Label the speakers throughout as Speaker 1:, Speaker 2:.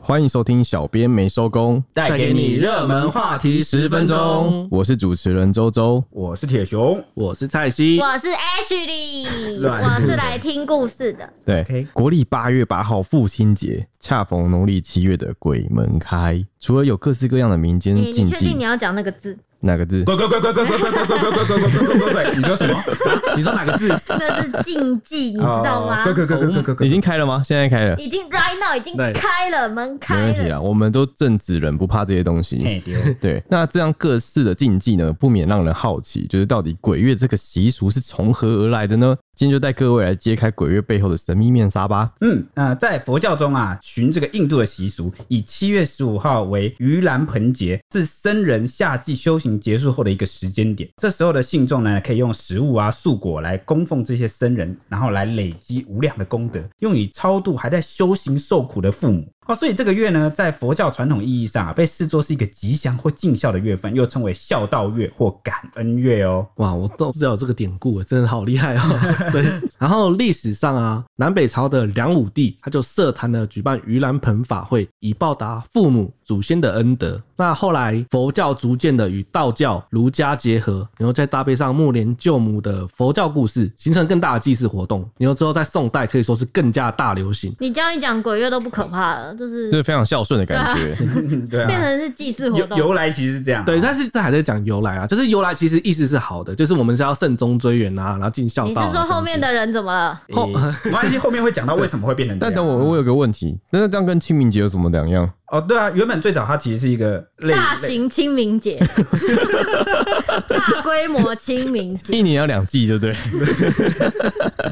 Speaker 1: 欢迎收听《小编没收工》，
Speaker 2: 带给你热门话题十分钟。
Speaker 1: 我是主持人周周。
Speaker 2: 我是铁熊，
Speaker 3: 我是蔡西，
Speaker 4: 我是 Ashley，
Speaker 2: 乱
Speaker 4: 我是来听故事的。
Speaker 1: 对
Speaker 2: OK
Speaker 1: 国历八月八号父亲节，恰逢农历七月的鬼门开。除了有各式各样的民间
Speaker 4: 你
Speaker 1: 禁
Speaker 4: 你确定
Speaker 1: 忌
Speaker 4: 你，要讲那个字？
Speaker 1: 哪个字？
Speaker 2: 滚滚滚滚滚滚滚滚滚滚滚滚滚滚滚滚滚！你说什么？
Speaker 3: 你说哪个字？
Speaker 4: 那是禁忌，你知道吗？
Speaker 2: 滚滚滚滚滚
Speaker 1: 已
Speaker 2: 滚！
Speaker 1: 经开了吗？现在开了，
Speaker 4: 已经 right now 已经
Speaker 3: 对
Speaker 4: 开了门
Speaker 1: 没
Speaker 4: 开
Speaker 1: 问题啊
Speaker 4: 了，
Speaker 1: 啦。我们都正直人，不怕这些东西。
Speaker 2: 嘿丢，
Speaker 1: 对，那这样各式的禁忌呢，不免让人好奇，就是到底鬼月这个习俗是从何而来的呢？今天就带各位来揭开鬼月背后的神秘面纱吧。
Speaker 2: 嗯，那在佛教中啊，循这个印度的习俗，以七月十五号为盂兰盆节，是僧人夏季修行结束后的一个时间点。这时候的信众呢，可以用食物啊、素果来供奉这些僧人，然后来累积无量的功德，用以超度还在修行受苦的父母。哦，所以这个月呢，在佛教传统意义上啊，被视作是一个吉祥或尽孝的月份，又称为孝道月或感恩月哦。
Speaker 3: 哇，我都不知道有这个典故，真的好厉害 哦。对，然后历史上啊，南北朝的梁武帝他就设坛呢举办盂兰盆法会，以报答父母祖先的恩德。那后来佛教逐渐的与道教、儒家结合，然后再搭配上木莲救母的佛教故事，形成更大的祭祀活动。然后之后在宋代可以说是更加大流行。
Speaker 4: 你这样一讲，鬼月都不可怕了，就是
Speaker 1: 就是非常孝顺的感觉。
Speaker 2: 对
Speaker 4: 变
Speaker 2: 啊，
Speaker 4: 成是祭祀活
Speaker 2: 由
Speaker 4: 动。
Speaker 2: 由来其实是这样啊。
Speaker 3: 对，但是这还在讲由来啊，就是由来其实意思是好的，就是我们是要慎终追远啊，然后尽孝
Speaker 4: 你
Speaker 3: 道、啊。
Speaker 4: 是说后
Speaker 3: 这样
Speaker 4: 面
Speaker 3: 子
Speaker 4: 的人怎么了？
Speaker 3: 后
Speaker 2: 欸没关系，后面会讲到为什么会变成这
Speaker 1: 哦但等
Speaker 2: 样。
Speaker 1: 我，我有个问题，那这样跟清明节有什么两样？
Speaker 2: 哦，对啊，原本最早它其实是一个类
Speaker 4: 大
Speaker 2: 类
Speaker 4: 型清明节， 大规模清明 节，
Speaker 1: 一年要两季，对不对？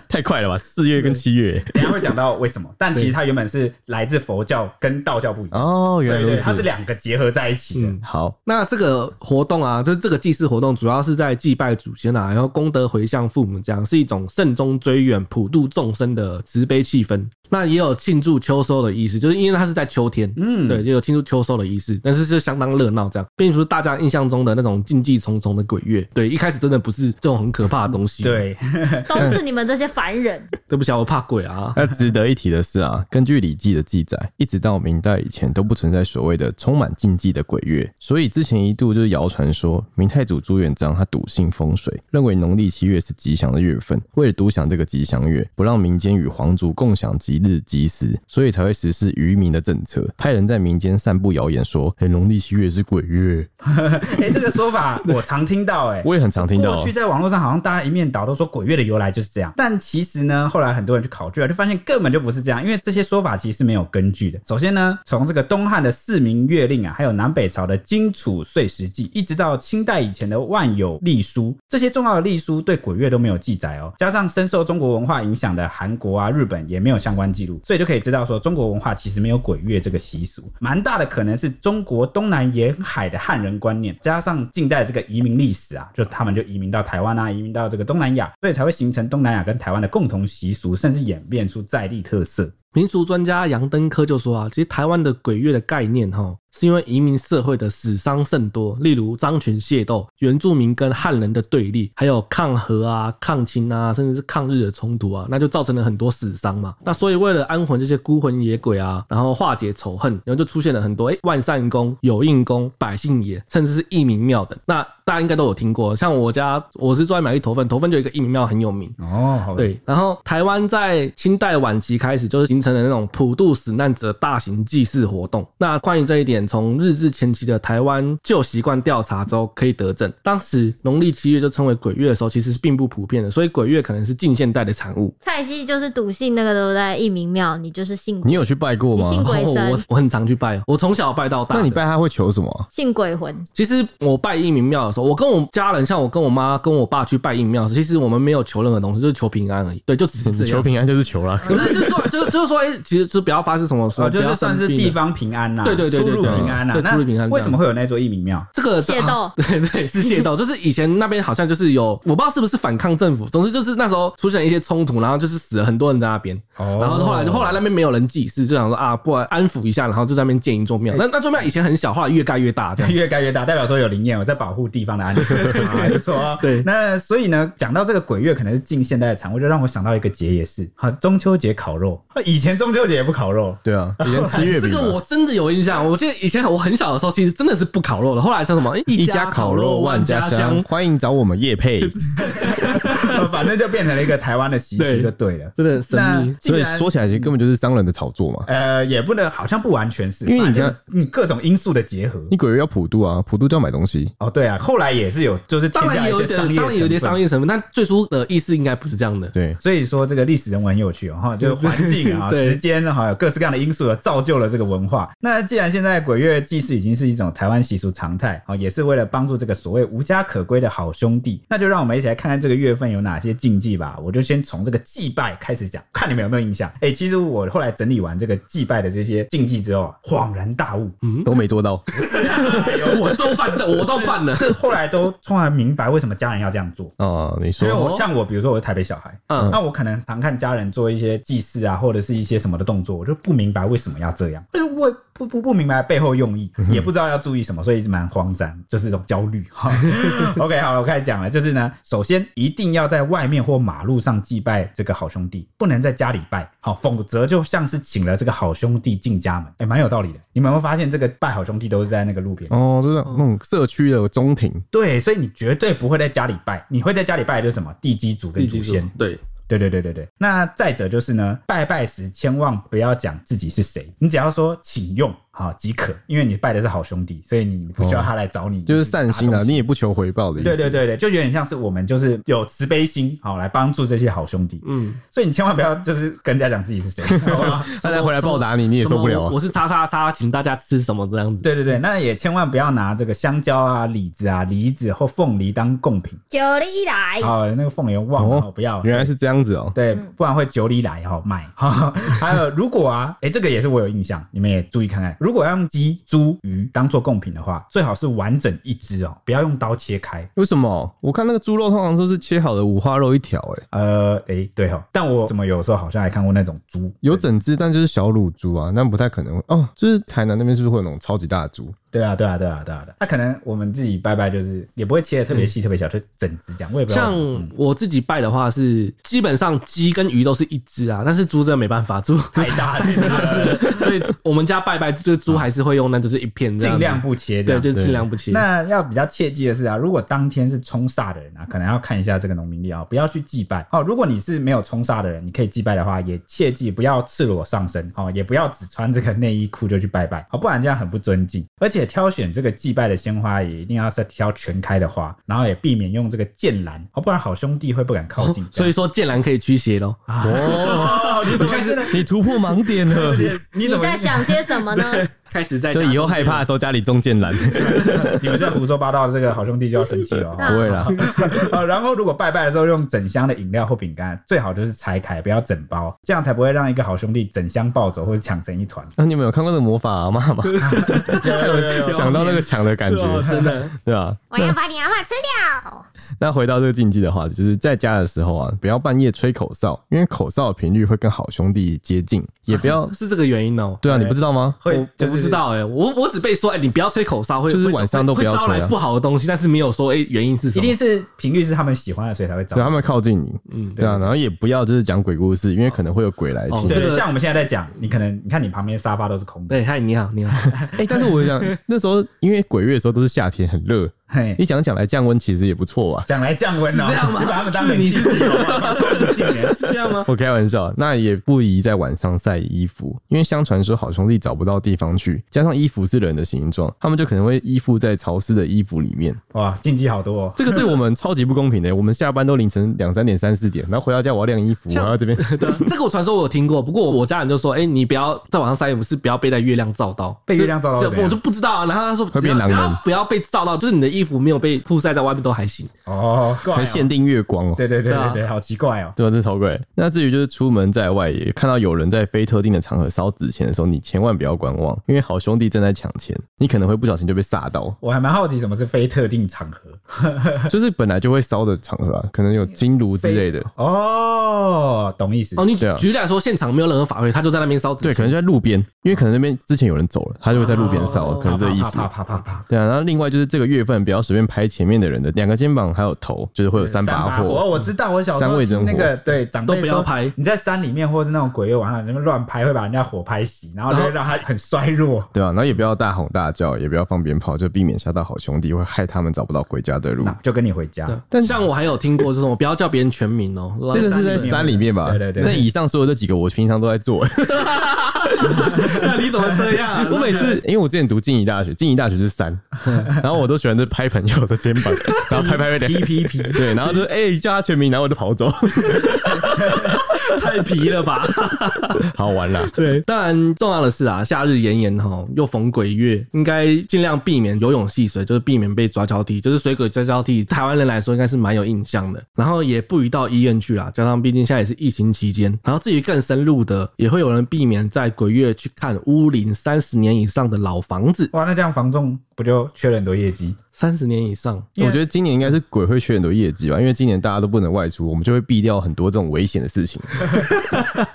Speaker 1: 太快了吧，四月跟七月。
Speaker 2: 等一下会讲到为什么，但其实它原本是来自佛教跟道教不一样。
Speaker 1: 哦，原来
Speaker 2: 对
Speaker 1: 如
Speaker 2: 对，
Speaker 1: 此。
Speaker 2: 它是两个结合在一起的
Speaker 3: 嗯。
Speaker 1: 好，
Speaker 3: 那这个活动啊，就是这个祭祀活动，主要是在祭拜祖先啊，然后功德回向父母，这样是一种慎终追远、普度众生的慈悲气氛。那也有庆祝秋收的意思，就是因为它是在秋天，
Speaker 2: 嗯，
Speaker 3: 对，也有庆祝秋收的仪式，但是是相当热闹这样，并不是大家印象中的那种禁忌重重的鬼月。对，一开始真的不是这种很可怕的东西。，
Speaker 2: 对，
Speaker 1: 嗯
Speaker 4: 都是你们这些凡人。
Speaker 3: 对不起啊，我怕鬼啊。
Speaker 1: 那值得一提的是 啊，根据《礼记》的记载，一直到明代以前都不存在所谓的充满禁忌的鬼月，所以之前一度就是谣传说，明太祖朱元璋他笃信风水，认为农历七月是吉祥的月份，为了独享这个吉祥月，不让民间与皇族共享吉日吉时，所以才会实施愚民的政策，派人在民间散布谣言说，哎、农历七月是鬼月，
Speaker 2: 哎，这个说法我常听到，哎。
Speaker 1: 我也很常听到、
Speaker 2: 过
Speaker 1: 哦
Speaker 2: 去。在网络上好像大家一面倒都说鬼月的由来就是这样，但其实呢，后来很多人去考据啊，就发现根本就不是这样，因为这些说法其实是没有根据的。首先呢，从这个东汉的《四明月令》啊，还有南北朝的《荆楚岁时记》，一直到清代以前的《万有历书》，这些重要的历书对鬼月都没有记载哦。加上深受中国文化影响的韩国啊、日本也没有相关记录，所以就可以知道说中国文化其实没有鬼月这个习俗，蛮大的可能是中国东南沿海的汉人观念，加上近代这个移民历史啊，就他们就移民到台湾啊，移民到这个东南亚，所以才会形成东南亚跟台湾的共同习俗，甚至演变出在地特色。
Speaker 3: 民俗专家杨登科就说啊，其实台湾的鬼月的概念哈，是因为移民社会的死伤甚多，例如张群械斗、原住民跟汉人的对立，还有抗和啊、抗清啊，甚至是抗日的冲突啊，那就造成了很多死伤嘛。那所以为了安魂这些孤魂野鬼啊，然后化解仇恨，然后就出现了很多哎、诶万善宫、有应宫、百姓爷，甚至是义民庙等。那大家应该都有听过，像我家我是住在买一头份，头份就有一个义民庙很有名，
Speaker 2: 哦，好
Speaker 3: 对，然后台湾在清代晚期开始，就是形成了那种普渡死难者大型祭祀活动。那关于这一点，从日治前期的台湾旧习惯调查中可以得证，当时农历七月就称为鬼月的时候，其实是并不普遍的，所以鬼月可能是近现代的产物。
Speaker 4: 蔡西就是笃信那个对不对？一民庙，你就是信
Speaker 1: 你有去拜过吗？
Speaker 4: 你信过鬼神
Speaker 3: 我哦我很常去拜，我从小拜到大。
Speaker 1: 那你拜？他会求什么啊？
Speaker 4: 信鬼魂，
Speaker 3: 其实我拜义民庙的时候，我跟我家人，像我跟我妈、跟我爸去拜义民庙的时候，其实我们没有求任何东西，就是求平安而已。对，就只是这样。
Speaker 1: 嗯求平安就是求啦，
Speaker 3: 不是，就是说，就是就是说，哎、其实就不要发生什么，
Speaker 2: 哦，
Speaker 3: 说
Speaker 2: 就
Speaker 3: 不
Speaker 2: 是
Speaker 3: 要
Speaker 2: 算
Speaker 3: 生
Speaker 2: 是
Speaker 3: 病啊
Speaker 2: 地方平安啦、
Speaker 3: 对对对对
Speaker 2: 出入
Speaker 3: 对
Speaker 1: 嗯
Speaker 2: 平安啊。
Speaker 3: 对
Speaker 2: 那
Speaker 3: 出入平安这样
Speaker 2: 为什么会有那座义民庙？
Speaker 3: 这个
Speaker 4: 械斗
Speaker 3: 啊 对对是械斗，就是以前那边好像就是有，我不知道是不是反抗政府，总之就是那时候出现了一些冲突，然后就是死了很多人在那边，
Speaker 2: 哦
Speaker 3: 然后后来就后来那边没有人祭祀，就想说啊，不然安抚一下，然后就在那边建一座庙。那那座庙以前很小，后来越盖越大，这 样
Speaker 2: 越盖越大，代表说有灵验，我在保护地方的安 全，啊不错哦。
Speaker 3: 对
Speaker 2: 那所以呢，讲到这个鬼月可能是近现代的产物，就让我想到一个节也是，好中秋节烤肉，以前中秋节也不烤肉，
Speaker 1: 对啊，以前吃月
Speaker 3: 这
Speaker 1: 饼
Speaker 3: 个
Speaker 1: 嘛，
Speaker 3: 我真的有印象，我记得以前我很小的时候，其实真的是不烤肉的。后来像什么哎
Speaker 1: 一家烤肉万家香，，欢迎找我们叶配。
Speaker 2: 反正就变成了一个台湾的习
Speaker 3: 对
Speaker 2: 俗就对了。
Speaker 3: 真的很神秘
Speaker 2: 那。
Speaker 1: 所以
Speaker 2: 竟然
Speaker 1: 说起来，其实根本就是商人的炒作嘛。
Speaker 2: 呃，也不能，好像不完全是，
Speaker 1: 因为你
Speaker 2: 反正
Speaker 1: 看
Speaker 2: 就是嗯，各种因素的结合。
Speaker 1: 你鬼月要普渡啊，普渡就要买东西，
Speaker 2: 哦，对啊，后来也是有，就是添
Speaker 3: 当然
Speaker 2: 加
Speaker 3: 也
Speaker 2: 一
Speaker 3: 有
Speaker 2: 些
Speaker 3: 一点，
Speaker 2: 商业，
Speaker 3: 当然有一点商
Speaker 2: 业。
Speaker 3: 业成分，但最初的意思应该不是这样的。
Speaker 1: 对，
Speaker 2: 所以说这个历史人文很有趣哦，哈就是环境啊、
Speaker 3: 对
Speaker 2: 时间啊，有各式各样的因素啊，造就了这个文化。那既然现在鬼月祭祀已经是一种台湾习俗常态啊，也是为了帮助这个所谓无家可归的好兄弟，那就让我们一起来看看这个月份有哪些禁忌吧。我就先从这个祭拜开始讲，看你们有没有印象。哎，其实我后来整理完这个祭拜的这些禁忌之后啊，恍然大悟， 哎
Speaker 1: 都没做到。
Speaker 3: 我 都犯的，我都犯了。
Speaker 2: 是后来都突然明白为什么家人要这样做。
Speaker 1: 哦，你
Speaker 2: 因为
Speaker 1: 说
Speaker 2: 我像我，比如说我是台北小孩，
Speaker 3: 嗯
Speaker 2: 那我可能常看家人做一些祭祀啊，或者是一些什么的动作，我就不明白为什么要这样，就是我也不不不明白背后用意，也不知道要注意什么，所以一直蛮慌张，就是一种焦虑。 哈 OK，好，我开始讲了，就是呢，首先一定要在外面或马路上祭拜这个好兄弟，不能在家里拜，好，否则就像是请了这个好兄弟进家门，哎、蛮有道理的。你们有没有发现这个拜好兄弟都是在那个路边？
Speaker 1: 哦，就是那种社区的中庭，
Speaker 2: 对，所以你绝对不会在家里拜，你会在家里拜的就是什么地基主跟祖先。
Speaker 3: 对，
Speaker 2: 对对对对对。那再者就是呢，拜拜时千万不要讲自己是谁，你只要说请用啊、即可，因为你拜的是好兄弟，所以你不需要他来找你，
Speaker 1: 就是善心
Speaker 2: 拿
Speaker 1: 啊，
Speaker 2: 东西
Speaker 1: 你也不求回报的意思。
Speaker 2: 对对对对，就有点像是我们就是有慈悲心，好、来帮助这些好兄弟。
Speaker 3: 嗯，
Speaker 2: 所以你千万不要就是跟人家讲自己是 谁，好吧
Speaker 1: 大家回来报答你，你也受不了
Speaker 3: 什么我
Speaker 1: 啊。
Speaker 3: 我是叉叉叉，请大家吃什么这样子？
Speaker 2: 对对对，那也千万不要拿这个香蕉啊、李子啊、梨子或凤梨当贡品。
Speaker 4: 九里来，
Speaker 2: 好、那个凤梨忘了，
Speaker 1: 哎哦
Speaker 2: 哦不要。
Speaker 1: 原来是这样子哦，
Speaker 2: 对，不然会酒里来哈、买 哈。还有，如果啊，哎、这个也是我有印象，你们也注意看看。如果要用鸡、猪、鱼当做贡品的话，最好是完整一只哦，不要用刀切开。
Speaker 1: 为什么？我看那个猪肉通常都是切好的五花肉一条，哎，
Speaker 2: 呃，哎、对哦，但我怎么有时候好像还看过那种猪
Speaker 1: 有整只，但就是小乳猪啊，但不太可能会。哦，就是台南那边是不是会有那种超级大的猪？
Speaker 2: 对啊，对啊，对啊，对啊，对啊。那、可能我们自己拜拜就是也不会切的特别细、特别小，就整只这样。我
Speaker 1: 啊
Speaker 2: 也不知道
Speaker 3: 像
Speaker 2: 为什么。嗯
Speaker 3: 我自己拜的话是，基本上鸡跟鱼都是一只啊，但是猪真的没办法，猪
Speaker 2: 太大了，
Speaker 3: 所以我们家拜拜就猪还是会用，那就是一片这样
Speaker 2: 尽
Speaker 3: 子，
Speaker 2: 量不切这
Speaker 3: 对，
Speaker 2: 样。
Speaker 3: 就尽量不切。
Speaker 2: 那要比较切记的是啊，如果当天是冲煞的人啊，可能要看一下这个农民历啊，不要去祭拜哦。如果你是没有冲煞的人，你可以祭拜的话，也切记不要赤裸上身哦，也不要只穿这个内衣裤就去拜拜哦，不然这样很不尊敬。而且挑选这个祭拜的鲜花也一定要是挑全开的花，然后也避免用这个剑兰哦，不然好兄弟会不敢靠近。
Speaker 3: 哦所以说剑兰可以驱邪咯。
Speaker 2: 哦，你怎么 是？
Speaker 1: 你突破盲点了，
Speaker 2: 你
Speaker 4: 你
Speaker 2: 怎么
Speaker 4: 在想些什么呢？
Speaker 3: 开始 在
Speaker 1: 就以后害怕的时候家里种剑 兰，
Speaker 2: 你们在胡说八道，这个好兄弟就要生气了、哦。
Speaker 1: 不会 啦。
Speaker 2: 啊，然后如果拜拜的时候用整箱的饮料或饼干，最好就是拆开，不要整包，这样才不会让一个好兄弟整箱抱走或者抢成一团。
Speaker 1: 那啊你们有看过那个魔法阿嬷吗？想到那个抢的 感
Speaker 3: 哦
Speaker 1: 觉，
Speaker 3: 真的
Speaker 1: 对啊。
Speaker 4: 我要把你阿妈吃掉。
Speaker 1: 那回到这个禁忌的话，就是在家的时候啊，不要半夜吹口哨，因为口哨的频率会跟好兄弟接近，也不要。
Speaker 3: 是这个原因哦。
Speaker 1: 对啊，你不知道吗？
Speaker 3: 我
Speaker 2: 会
Speaker 3: 我
Speaker 2: 就
Speaker 3: 不
Speaker 2: 是
Speaker 3: 知道哎，我我只被说哎，你不要吹口哨，会
Speaker 1: 就是
Speaker 3: 会
Speaker 1: 晚上都不要
Speaker 3: 会招
Speaker 1: 吹啊
Speaker 3: 来不好的东西，但是没有说哎原因是什
Speaker 2: 一
Speaker 3: 么
Speaker 2: 定。是频率是他们喜欢的，所以才会找
Speaker 1: 对，。他们靠近你，
Speaker 3: 嗯
Speaker 1: 对啊，然后也不要就是讲鬼故事，因为可能会有鬼来
Speaker 3: 哦
Speaker 1: 听。
Speaker 2: 对
Speaker 3: 这个
Speaker 2: 像我们现在在讲，你可能你看你旁边沙发都是空的，
Speaker 3: 对，嗨，你好，你好，
Speaker 1: 哎，但是我想那时候，因为鬼月的时候都是夏天，很热，
Speaker 2: 嘿
Speaker 1: 你，讲讲来降温其实也不错啊吧？
Speaker 2: 讲来降温哦，
Speaker 3: 是这样吗
Speaker 2: 你把他们当冷气
Speaker 3: 是
Speaker 2: 机。
Speaker 3: 这样吗？
Speaker 1: 我开玩笑，那也不宜在晚上晒衣服，因为相传说好兄弟找不到地方去，加上衣服是人的形状，他们就可能会依附在潮湿的衣服里面。
Speaker 2: 哇，禁忌好多、哦。
Speaker 1: 这个对我们超级不公平的。欸我们下班都凌晨两三点、三四点，然后回到家我要晾衣服，然后这边
Speaker 3: 这个我传说我有听过，不过我家人就说，哎、你不要在晚上晒衣服，是不要被在月亮照到，
Speaker 2: 被月亮照到
Speaker 3: 这
Speaker 2: 是怎样
Speaker 3: 我就不知道啊。然后他说，
Speaker 1: 会变
Speaker 3: 只要
Speaker 1: 狼人
Speaker 3: 只要不要被照到，就是你的衣服没有被曝晒在外面都还行。
Speaker 2: 哦，怪
Speaker 1: 还
Speaker 2: 哦
Speaker 1: 限定月光哦、
Speaker 2: 对对对
Speaker 3: 对啊
Speaker 2: 对对，好奇怪哦。
Speaker 1: 对啊，这超贵。那至于就是出门在外，也看到有人在非特定的场合烧纸钱的时候，你千万不要观望，因为好兄弟正在抢钱，你可能会不小心就被吓到。
Speaker 2: 我还蛮好奇什么是非特定场合
Speaker 1: 就是本来就会烧的场合啊，可能有金炉之类的，
Speaker 2: 哦，懂意思
Speaker 3: 哦，你举
Speaker 1: 对啊
Speaker 3: 举例来说，现场没有任何法会，他就在那边烧纸
Speaker 1: 对，
Speaker 3: 钱。
Speaker 1: 可能就在路边，因为可能那边之前有人走了，他就会在路边烧，
Speaker 3: 哦
Speaker 1: 可能这个意思。
Speaker 2: 啪啪啪啪啪，
Speaker 1: 对啊，然后另外就是这个月份不要随便拍前面的人的两个肩膀还有头，就是会有三把
Speaker 2: 火，
Speaker 1: 火。
Speaker 2: 我知道，我小时
Speaker 1: 三
Speaker 2: 候
Speaker 1: 味
Speaker 2: 听
Speaker 1: 真
Speaker 2: 那
Speaker 1: 火
Speaker 2: 个对长辈
Speaker 3: 都不要
Speaker 2: 说
Speaker 3: 拍
Speaker 2: 你在山里面或是那种鬼月玩，你们乱拍会把人家火拍熄，然后就
Speaker 3: 然后
Speaker 2: 会让他很衰弱。
Speaker 1: 对啊，然后也不要大吼大叫，也不要放鞭炮，就避免吓到好兄弟，会害他们找不到回家的路
Speaker 2: 那。就跟你回家
Speaker 3: 对，但像我还有听过这种，不要叫别人全名哦、
Speaker 1: 这个是在山里面吧？
Speaker 2: 对对对
Speaker 1: 那以上说的这几个，我平常都在 做。
Speaker 3: 那 你怎么这样啊
Speaker 1: 我每次，因为我之前读静宜大学，静宜大学是 山，然后我都喜欢就拍朋友的肩膀，然后拍拍拍，
Speaker 2: 劈劈劈，
Speaker 1: 对，然后就哎、叫他全名，然后我就 跑走，
Speaker 3: 太皮了吧？
Speaker 1: 好玩啦。
Speaker 3: 对， 当然重要的是啊，夏日炎炎哈，又逢鬼月，应该尽量避免游泳戏水，就是避免被抓交替，就是水鬼抓交替，台湾人来说应该是蛮有印象的。然后也不宜到医院去啦，加上毕竟现在也是疫情期间。然后至于更深入的，也会有人避免在鬼月去看屋龄三十年以上的老房子，
Speaker 2: 哇，那这样房仲不就缺了很多业绩？
Speaker 3: 三十年以上。
Speaker 2: 因为
Speaker 1: 我觉得今年应该是鬼会缺很多业绩吧，因为今年大家都不能外出，我们就会避掉很多这种危险的事 情，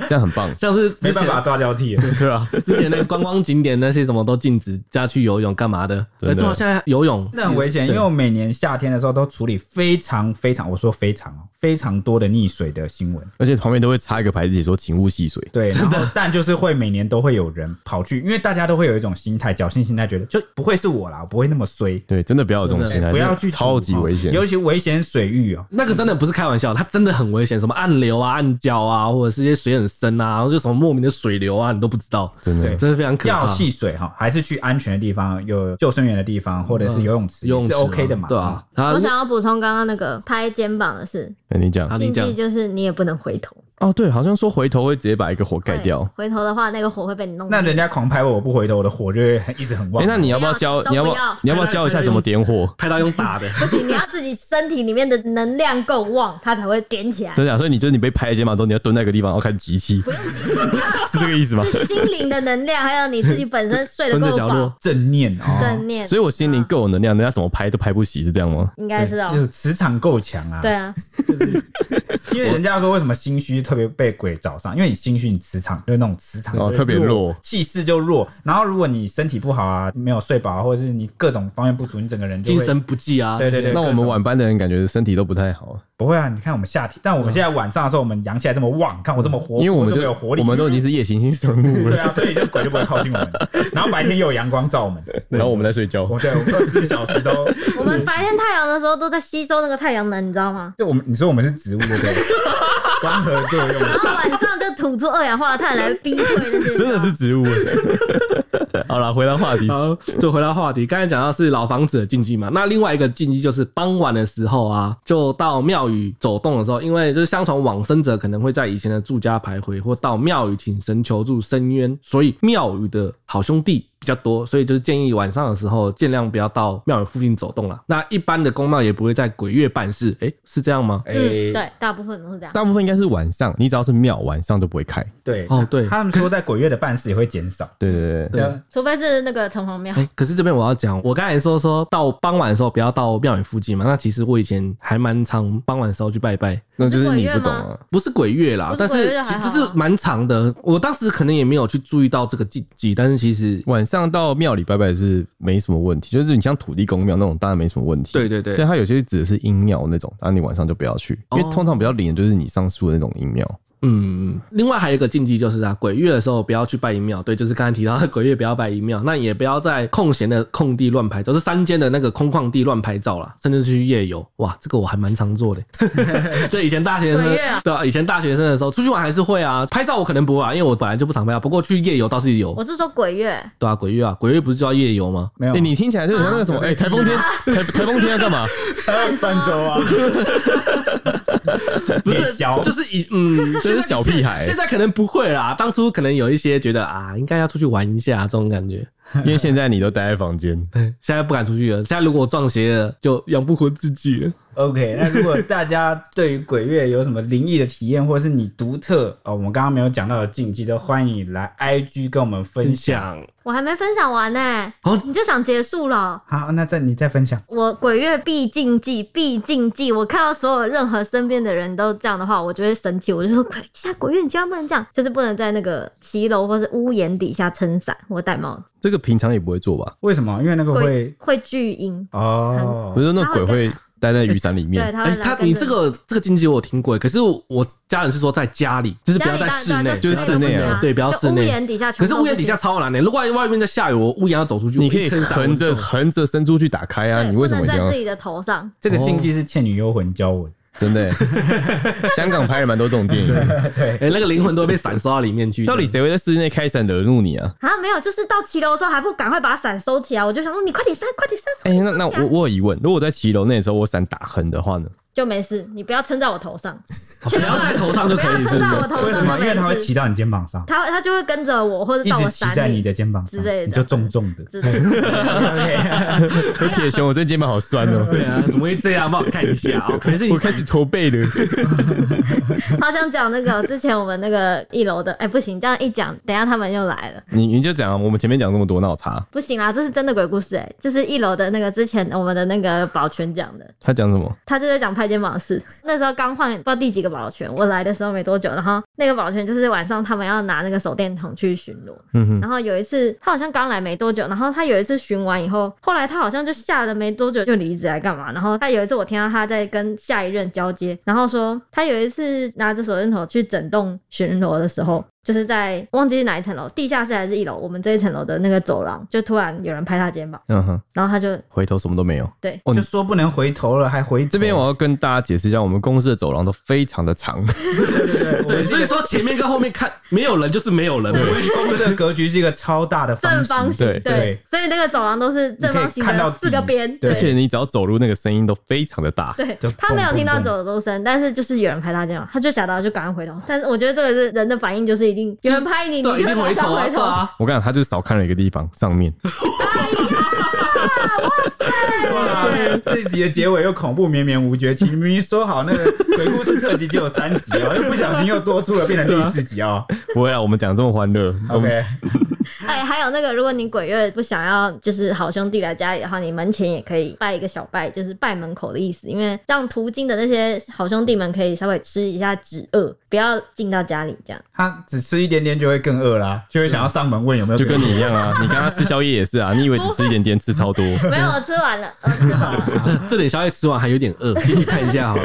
Speaker 1: 这样很棒，
Speaker 3: 像是之
Speaker 2: 没办
Speaker 3: 前
Speaker 2: 法抓交替了。
Speaker 1: 对啊，
Speaker 3: 之前那个观光景点那些什么都禁止大家去游泳干嘛的，
Speaker 1: 真的
Speaker 3: 哎对啊，现在游泳
Speaker 2: 那很危险，因
Speaker 3: 对
Speaker 2: 为我每年夏天的时候都处理非常非常，我说非常哦，非常多的溺水的新闻。
Speaker 1: 而且旁边都会插一个牌子写说“请勿戏水
Speaker 2: 对，然后但就是会每年都会有人跑去，因为大家都会有一种心态，侥幸心态，觉得就不会是我啦，我不会那么衰”，，
Speaker 1: 对，真的不要有这种心态，
Speaker 2: 不要
Speaker 1: 真
Speaker 2: 去
Speaker 1: 的超级
Speaker 2: 赌哦
Speaker 1: 危险。
Speaker 2: 尤其危险水域哦。
Speaker 3: 那个真的不是开玩笑，它真的很危险，什么暗流啊、暗礁啊，或者是一些水很深啊，然后就什么莫名的水流啊，你都不知道，
Speaker 1: 真的
Speaker 2: 对
Speaker 3: 真的非常可
Speaker 2: 要
Speaker 3: 怕。
Speaker 2: 戏水哈，还是去安全的地方，有救生员的地方，或者是游泳池，
Speaker 3: 游泳池
Speaker 2: 是
Speaker 3: 啊
Speaker 2: OK 的嘛？
Speaker 3: 对啊，它
Speaker 4: 我想要补充刚刚那个拍肩膀的事，
Speaker 1: 那哎你讲
Speaker 3: 啊你
Speaker 4: 禁
Speaker 3: 讲
Speaker 4: 忌就是你也不能回头，
Speaker 1: 哦，对，好像说回头会直接把一个火盖掉
Speaker 4: 对。回头的话，那个火会被你弄灭。
Speaker 2: 嗯那人家狂拍我，我不回头，我的火就会一直很旺。
Speaker 1: 哎、那你要不要教？
Speaker 4: 不
Speaker 1: 你要
Speaker 4: 要
Speaker 1: 不
Speaker 4: 都不要
Speaker 1: 要？你要不要教一下怎么点火？
Speaker 3: 拍到用打的，
Speaker 4: 不行，你要自己身体里面的能量够旺，它才会点起来。
Speaker 1: 真的啊假？所以你就是你被拍肩膀之后，你要蹲在一个地方，然后开始集气，
Speaker 4: 不用急，
Speaker 1: 是这个意 思吗？
Speaker 4: 是心灵的能量，还有你自己本身睡得
Speaker 3: 蹲在
Speaker 4: 够
Speaker 3: 角
Speaker 4: 饱
Speaker 3: 落，。
Speaker 2: 正念哦，
Speaker 4: 正念，
Speaker 1: 所以我心灵够有能量，人家怎么拍都拍不熄，是这样吗？
Speaker 4: 应该是哦
Speaker 2: 就。是磁场够强啊。
Speaker 4: 对，啊，
Speaker 2: 因为人家说为什么心虚特别被鬼找上，因为你心虚，你磁场就是那种磁场
Speaker 1: 哦
Speaker 2: 就
Speaker 1: 特别弱
Speaker 2: 弱，气势就弱。然后如果你身体不好啊，没有睡饱啊，或者是你各种方面不足，你整个 人就
Speaker 3: 精
Speaker 2: 会
Speaker 3: 神不济啊，
Speaker 2: 对对对
Speaker 1: 那我
Speaker 2: 各
Speaker 1: 们
Speaker 2: 种
Speaker 1: 晚班的人感觉身体都不太好，
Speaker 2: 不会啊。你看我们夏天，但我们现在晚上的时候，我们阳气还这么旺，你看我这么活，
Speaker 1: 嗯因为我们
Speaker 2: 这么
Speaker 1: 就
Speaker 2: 有活力，
Speaker 1: 我们都已经是夜行性生物
Speaker 2: 对
Speaker 1: 了，
Speaker 2: 啊，所以就鬼就不会靠近我们。然后白天又有阳光照我们，
Speaker 1: 然后我们在睡觉
Speaker 2: 我。们对，我们二十四小时都，
Speaker 4: 我们白天太阳的时候都在吸收那个太阳能，你知道吗？
Speaker 2: 就我们你说我们是植物对不 对？光合作用，
Speaker 4: 然后晚上就吐出二氧化碳来逼退那 些。
Speaker 1: 真的是植物。好了，回 到话题，
Speaker 3: 好，就回到话题，刚才讲到是老房子的禁忌嘛，那另外一个禁忌就是傍晚的时候啊，就到庙宇走动的时候，因为就是相传往生者可能会在以前的住家徘徊，或到庙宇请神求助伸冤，所以庙宇的好兄弟。比较多，所以就是建议晚上的时候尽量不要到庙宇附近走动了。那一般的公庙也不会在鬼月办事，诶、是这样吗？
Speaker 2: 哎、
Speaker 4: 嗯，对，大部分都是这样。
Speaker 1: 大部分应该是晚上，你只要是庙，晚上都不会开。
Speaker 2: 对
Speaker 3: 哦对
Speaker 2: 他们说在鬼月的办事也会减少。
Speaker 1: 对对对，
Speaker 2: 对啊，
Speaker 4: 除非是那个城隍庙
Speaker 1: 嗯
Speaker 3: 哎、，可是这边我要讲，我刚才说说到傍晚的时候不要到庙宇附近嘛，那其实我以前还蛮常傍晚的时候去拜拜，
Speaker 1: 那就是你不懂啊。
Speaker 3: 不是鬼月啦，
Speaker 4: 不
Speaker 3: 但
Speaker 4: 是鬼
Speaker 3: 是
Speaker 4: 月
Speaker 3: 其
Speaker 4: 还
Speaker 3: 实
Speaker 4: 好啊
Speaker 3: 是蛮长的。我当时可能也没有去注意到这个禁忌，但是其实
Speaker 1: 晚上到庙里拜拜是没什么问题，就是你像土地公庙那种，当然没什么问题。
Speaker 3: 对对
Speaker 1: 但
Speaker 3: 对，
Speaker 1: 它有些指的是阴庙那种，那你晚上就不要去，因为
Speaker 3: 哦
Speaker 1: 通常比较灵的就是你上述的那种阴庙。
Speaker 3: 嗯。另外还有一个禁忌就是啊，鬼月的时候不要去拜阴庙，对，就是刚才提到的鬼月不要拜阴庙，那也不要在空闲的空地乱拍照，就是山间的那个空旷地乱拍照啦，甚至是去夜游。哇，这个我还蛮常做的。对，以前大学生
Speaker 4: 鬼月啊
Speaker 3: 对啊，以前大学生的时候出去玩还是会啊，拍照我可能不会啊，因为我本来就不常拍啊，不过去夜游倒是有
Speaker 4: 我。是说鬼月，
Speaker 3: 对啊，鬼月啊，鬼月不是叫夜游吗？
Speaker 2: 没有、
Speaker 1: 哎、 你听起来就很像那个什么，哎、台风天，台台风天要干嘛？
Speaker 2: 泛舟啊，
Speaker 3: 不是
Speaker 2: 夜宵
Speaker 3: 就是以 嗯，
Speaker 1: 这是小屁孩
Speaker 3: 现在可能不会啦，当初可能有一些觉得啊，应该要出去玩一下这种感觉。
Speaker 1: 因为现在你都待在房间，
Speaker 3: 现在不敢出去了，现在如果撞邪了，就养不活自己了。
Speaker 2: OK，那如果大家对于鬼月有什么灵异的体验，或者是你独特哦，我们刚刚没有讲到的禁忌，都欢迎你来 IG 跟我们分
Speaker 3: 分
Speaker 2: 享。
Speaker 3: 享
Speaker 4: 我还没分享完呢、
Speaker 3: 哦
Speaker 4: 你就想结束了？
Speaker 2: 好，那再你再分享。
Speaker 4: 我鬼月必禁忌，必禁忌。我看到所有任何身边的人都这样的话，我就会生气。我就说鬼，现在鬼月你千万不能这样，就是不能在那个骑楼或是屋檐底下撑伞或戴帽子，
Speaker 1: 这个平常也不会做吧？
Speaker 2: 为什么？因为那个会
Speaker 4: 鬼会聚阴。
Speaker 2: 哦
Speaker 1: 不，是那鬼会待在雨伞里
Speaker 4: 对，
Speaker 1: 面，
Speaker 4: 他
Speaker 3: 哎、
Speaker 4: 会来
Speaker 3: 他
Speaker 4: 跟着
Speaker 3: 你这个这个经济我有听过，可是我家人是说在家里，就是不要在
Speaker 4: 家里
Speaker 3: 室
Speaker 4: 当
Speaker 3: 内
Speaker 4: 然，
Speaker 1: 就是室内啊
Speaker 3: 对，不要
Speaker 4: 就
Speaker 3: 室
Speaker 4: 屋
Speaker 3: 内。
Speaker 4: 檐底下全
Speaker 3: 可
Speaker 4: 部
Speaker 3: 是
Speaker 4: 都行，
Speaker 3: 屋檐底下超难的、如果外面在下雨，我屋檐要走出去，
Speaker 1: 你
Speaker 3: 我
Speaker 1: 可
Speaker 3: 一
Speaker 1: 以
Speaker 3: 撑伞
Speaker 1: 横
Speaker 3: 我
Speaker 1: 着
Speaker 3: 就走
Speaker 1: 横着伸出去打开啊！
Speaker 4: 对
Speaker 1: 你为什么
Speaker 4: 不
Speaker 1: 一定
Speaker 4: 能在
Speaker 1: 要
Speaker 4: 自己的头上？
Speaker 2: 这个禁忌是《倩女幽魂》教我的。
Speaker 1: 真的欸？ 香港拍了蛮多这种电影，
Speaker 2: 对，
Speaker 3: 哎、那个灵魂都会被闪烧到里面去。
Speaker 1: 到底谁会在室内开伞惹怒你啊？
Speaker 4: 啊，没有，就是到骑楼的时候还不赶快把伞收起来，我就想说你快点扇，快点扇，
Speaker 1: 哎、
Speaker 4: 快点
Speaker 1: 那
Speaker 4: 扇
Speaker 1: 那
Speaker 4: 起来
Speaker 1: 我我有疑问，如果在骑楼那时候我伞打横的话呢？
Speaker 4: 就没事，你不要撑在我头上，
Speaker 3: 不要在头上就
Speaker 4: 不
Speaker 3: 可以，
Speaker 4: 要
Speaker 3: 是
Speaker 4: 撑
Speaker 3: 不
Speaker 4: 到我
Speaker 3: 是？
Speaker 4: 头
Speaker 2: 为什
Speaker 4: 上
Speaker 2: 么？因为它
Speaker 4: 就
Speaker 2: 会
Speaker 4: 没
Speaker 2: 骑
Speaker 4: 事。
Speaker 2: 到你肩膀上，
Speaker 4: 它它就会跟着我，或者
Speaker 2: 一
Speaker 4: 到我
Speaker 2: 直骑
Speaker 4: 伞
Speaker 2: 在
Speaker 4: 里
Speaker 2: 你的肩膀上
Speaker 4: 之类的
Speaker 2: 你就重重的。
Speaker 4: 之类的。
Speaker 2: OK，
Speaker 1: 有哎铁熊，我这肩膀好酸哦、
Speaker 3: 对啊，怎么会这样？帮我看一下哦、可能是你
Speaker 1: 我开始驼背了。
Speaker 4: 好想讲那个之前我们那个一楼的，哎、不行，这样一讲，等一下他们又来了，
Speaker 1: 你你就讲啊，我们前面讲这么多，那我查
Speaker 4: 不行啦，这是真的鬼故事哎、就是一楼的那个之前我们的那个保全讲的，
Speaker 1: 他讲什么？
Speaker 4: 他就在讲拍肩膀的事。那时候刚换不知道第几个保全，我来的时候没多久，然后那个保全就是晚上他们要拿那个手电筒去巡逻，
Speaker 1: 嗯哼，
Speaker 4: 然后有一次他好像刚来没多久，然后他有一次巡完以后，后来他好像就吓得没多久就离职来干嘛？然后他有一次我听到他在跟下一任交接，然后说他有一次拿着手电筒去整栋巡逻的时候。就是在忘记是哪一层楼，地下室还是一楼？我们这一层楼的那个走廊，就突然有人拍他肩膀，
Speaker 1: 嗯哼，
Speaker 4: 然后他就
Speaker 1: 回头什么都没有。
Speaker 4: 对，
Speaker 1: 哦
Speaker 2: 就说不能回头了，还回头
Speaker 1: 这边我要跟大家解释一下，我们公司的走廊都非常的长，
Speaker 2: 对对对，我
Speaker 3: 对，
Speaker 2: 们
Speaker 3: 所以说前面跟后面看没有人就是没有人，
Speaker 2: 我们公司的格局是一个超大的
Speaker 4: 正
Speaker 2: 方
Speaker 4: 方
Speaker 2: 形
Speaker 4: 形，
Speaker 1: 对
Speaker 2: 对
Speaker 4: 所以那个走廊都是正方
Speaker 2: 你可以
Speaker 4: 形
Speaker 2: 看到
Speaker 4: 的
Speaker 2: 底
Speaker 4: 四个边，
Speaker 2: 对
Speaker 1: 而且你只要走路，那个声音都非常的大。
Speaker 4: 对
Speaker 2: 就，
Speaker 4: 他没有
Speaker 2: 砰砰
Speaker 4: 听到
Speaker 2: 砰
Speaker 4: 走楼声，但是就是有人拍他肩膀，他就吓到，就赶快回头。但是我觉得这个是人的反应，就是一定有人拍你，你
Speaker 3: 对，一
Speaker 4: 就
Speaker 3: 定
Speaker 4: 马
Speaker 3: 回
Speaker 4: 上
Speaker 3: 头啊，
Speaker 4: 回
Speaker 3: 对
Speaker 4: 头。
Speaker 3: 啊。
Speaker 1: 我跟你讲，他就是少看了一个地方，上面。
Speaker 2: 哇，这集的结尾又恐怖绵绵无绝期，明明说好那个鬼故事特辑就有三集哦，又不小心又多出了变成第四集 哦。
Speaker 1: 不会啊，我们讲这么欢乐。我们
Speaker 2: OK，
Speaker 4: 哎，还有那个，如果你鬼月不想要就是好兄弟来家里的话，你门前也可以拜一个小拜，就是拜门口的意思，因为让途经的那些好兄弟们可以稍微吃一下止饿，不要进到家里这样。
Speaker 2: 他只吃一点点就会更饿啦，就会想要上门问有没有
Speaker 1: 就
Speaker 2: 鬼。
Speaker 1: 跟你一
Speaker 4: 嗯
Speaker 1: 样啊，你刚刚吃宵夜也是啊，你以为只吃一点点，吃超多。
Speaker 4: 没有，我吃完了，我吃饱了。
Speaker 3: 这这点宵夜吃完还有点饿，进去看一下好了。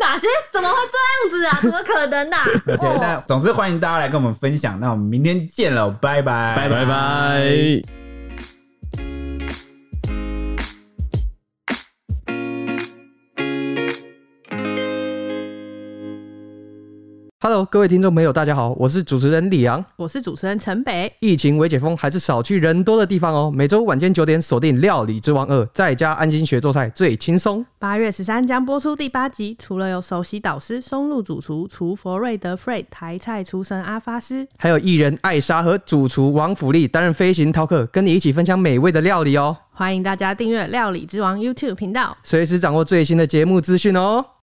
Speaker 4: 哪些怎么会这样子啊？怎么可能呐、啊？
Speaker 2: 对，
Speaker 4: 哦
Speaker 2: 那总之欢迎大家来跟我们分享，那我们明天见了，拜拜，
Speaker 1: 拜拜拜。
Speaker 5: Hello，各位听众朋友，大家好，我是主持人李昂。
Speaker 6: 我是主持人陈北，
Speaker 5: 疫情未解封，还是少去人多的地方哦。每周晚间九点锁定《料理之王二》，在家安心学做菜最轻松。
Speaker 6: 八月十三将播出第八集。除了有首席导师松露主厨厨佛瑞德 f r e d 台菜厨神阿发师，
Speaker 5: 还有艺人艾莎和主厨王福利担任飞行饕客，跟你一起分享美味的料理哦。
Speaker 6: 欢迎大家订阅《料理之王》YouTube 频道。
Speaker 5: 随时掌握最新的节目资讯哦。